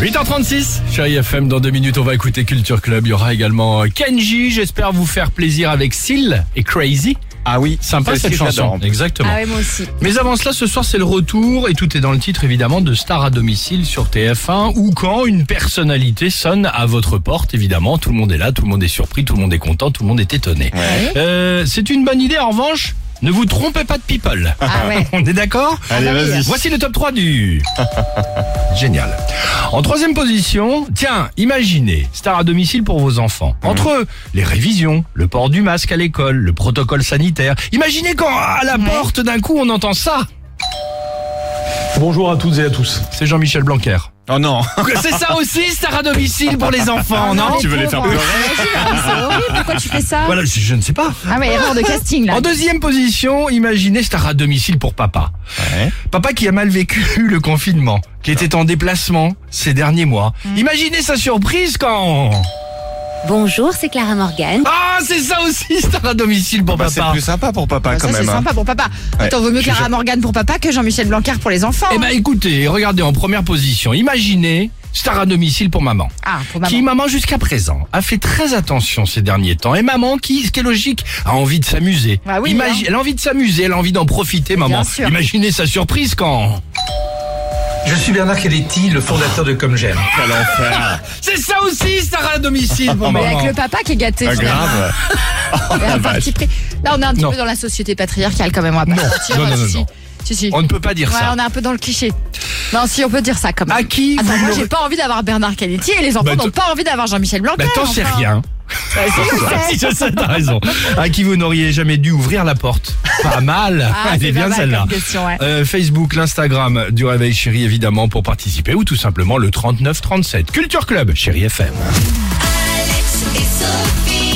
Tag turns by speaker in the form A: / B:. A: 8h36, chérie FM, dans deux minutes, on va écouter Culture Club. Il y aura également euh, Kenji. J'espère vous faire plaisir avec Seal et Crazy.
B: Ah oui,
A: Sympa cette
B: celle-ci, j'adore, en
A: chanson.
B: plus.
A: Exactement.
C: Ah ouais, moi aussi.
A: Mais avant cela, ce soir, c'est le retour, et tout est dans le titre évidemment, de Star à domicile sur TF1, ou quand une personnalité sonne à votre porte, évidemment, tout le monde est là, tout le monde est surpris, tout le monde est content, tout le monde est étonné.
C: Ouais.
A: Euh, c'est une bonne idée, en revanche, ne vous trompez pas de people.
C: Ah ouais.
A: On est d'accord
B: Allez,
C: Ah bah oui.
B: vas-y.
A: Voici le top 3 du... Génial. En troisième position, tiens, imaginez, star à domicile pour vos enfants. Entre eux, les révisions, le port du masque à l'école, le protocole sanitaire. Imaginez quand à la porte d'un coup on entend ça.
D: Bonjour à toutes et à tous.
A: C'est Jean-Michel Blanquer.
B: Oh non.
A: C'est ça aussi, star à domicile pour les enfants,
C: Ah
A: non
C: mais
B: tu veux les faire
C: pauvre, hein. Imagine, C'est horrible, pourquoi tu fais ça
A: Voilà, je, je ne sais pas.
C: Ah ouais, erreur de casting là.
A: En deuxième position, imaginez star à domicile pour papa.
B: Ouais.
A: Papa qui a mal vécu le confinement, qui était en déplacement ces derniers mois.
B: Hmm.
A: Imaginez sa surprise quand...
E: Bonjour, c'est Clara Morgan.
A: Ah, c'est ça aussi, star à domicile pour
B: Bah, c'est
A: papa.
B: plus sympa pour papa
C: Bah,
B: quand
C: ça c'est
B: même. hein.
C: sympa pour papa.
B: Ouais.
C: Attends, vaut mieux
B: Je
C: Clara
B: sais.
C: Morgan pour papa que Jean-Michel Blanquer pour les enfants.
A: Eh ben écoutez, regardez en première position, imaginez star à domicile pour maman.
C: Ah, pour maman.
A: Qui maman jusqu'à présent a fait très attention ces derniers temps et maman qui, ce qui est logique, a envie de s'amuser.
C: Bah oui, hein.
A: Elle a envie de s'amuser, elle a envie d'en profiter maman.
C: sûr.
A: Imaginez sa surprise quand...
D: Je suis Bernard Kelletti, le fondateur de Comme J'aime.
B: Quel enfer.
A: C'est ça aussi, star à domicile pour
C: Mais
A: maman. Ah,
C: avec le papa qui est gâté.
B: Pas
C: finalement.
B: grave.
C: Et un parti pris. Là, on est un petit
A: Non.
C: peu dans la société patriarcale quand même. On va pas
A: Non.
C: mentir.
A: Non, non, non,
C: Si,
A: non.
C: si. Si, si.
A: On ne peut pas dire
C: Ouais,
A: ça.
C: on est un peu dans le cliché. Non, si, on peut dire ça quand même.
A: À qui
C: Attends,
A: vous
C: moi
A: l'aurez-
C: j'ai pas envie d'avoir Bernard Canetti et les enfants
A: Bah,
C: n'ont
A: t-
C: pas envie d'avoir Jean-Michel Blanquer.
A: Bah t'en sais
C: enfin.
A: rien.
C: Bah, si, je sais.
A: si je sais, t'as raison. À qui vous n'auriez jamais dû ouvrir la porte. Pas mal.
C: Ah,
A: Elle est
C: c'est
A: bien
C: pas mal
A: celle-là.
C: comme question, ouais.
A: Euh, Facebook, l'Instagram du Réveil Chéri évidemment pour participer ou tout simplement le 39 37 Culture Club Chéri FM.
E: Alex et Sophie.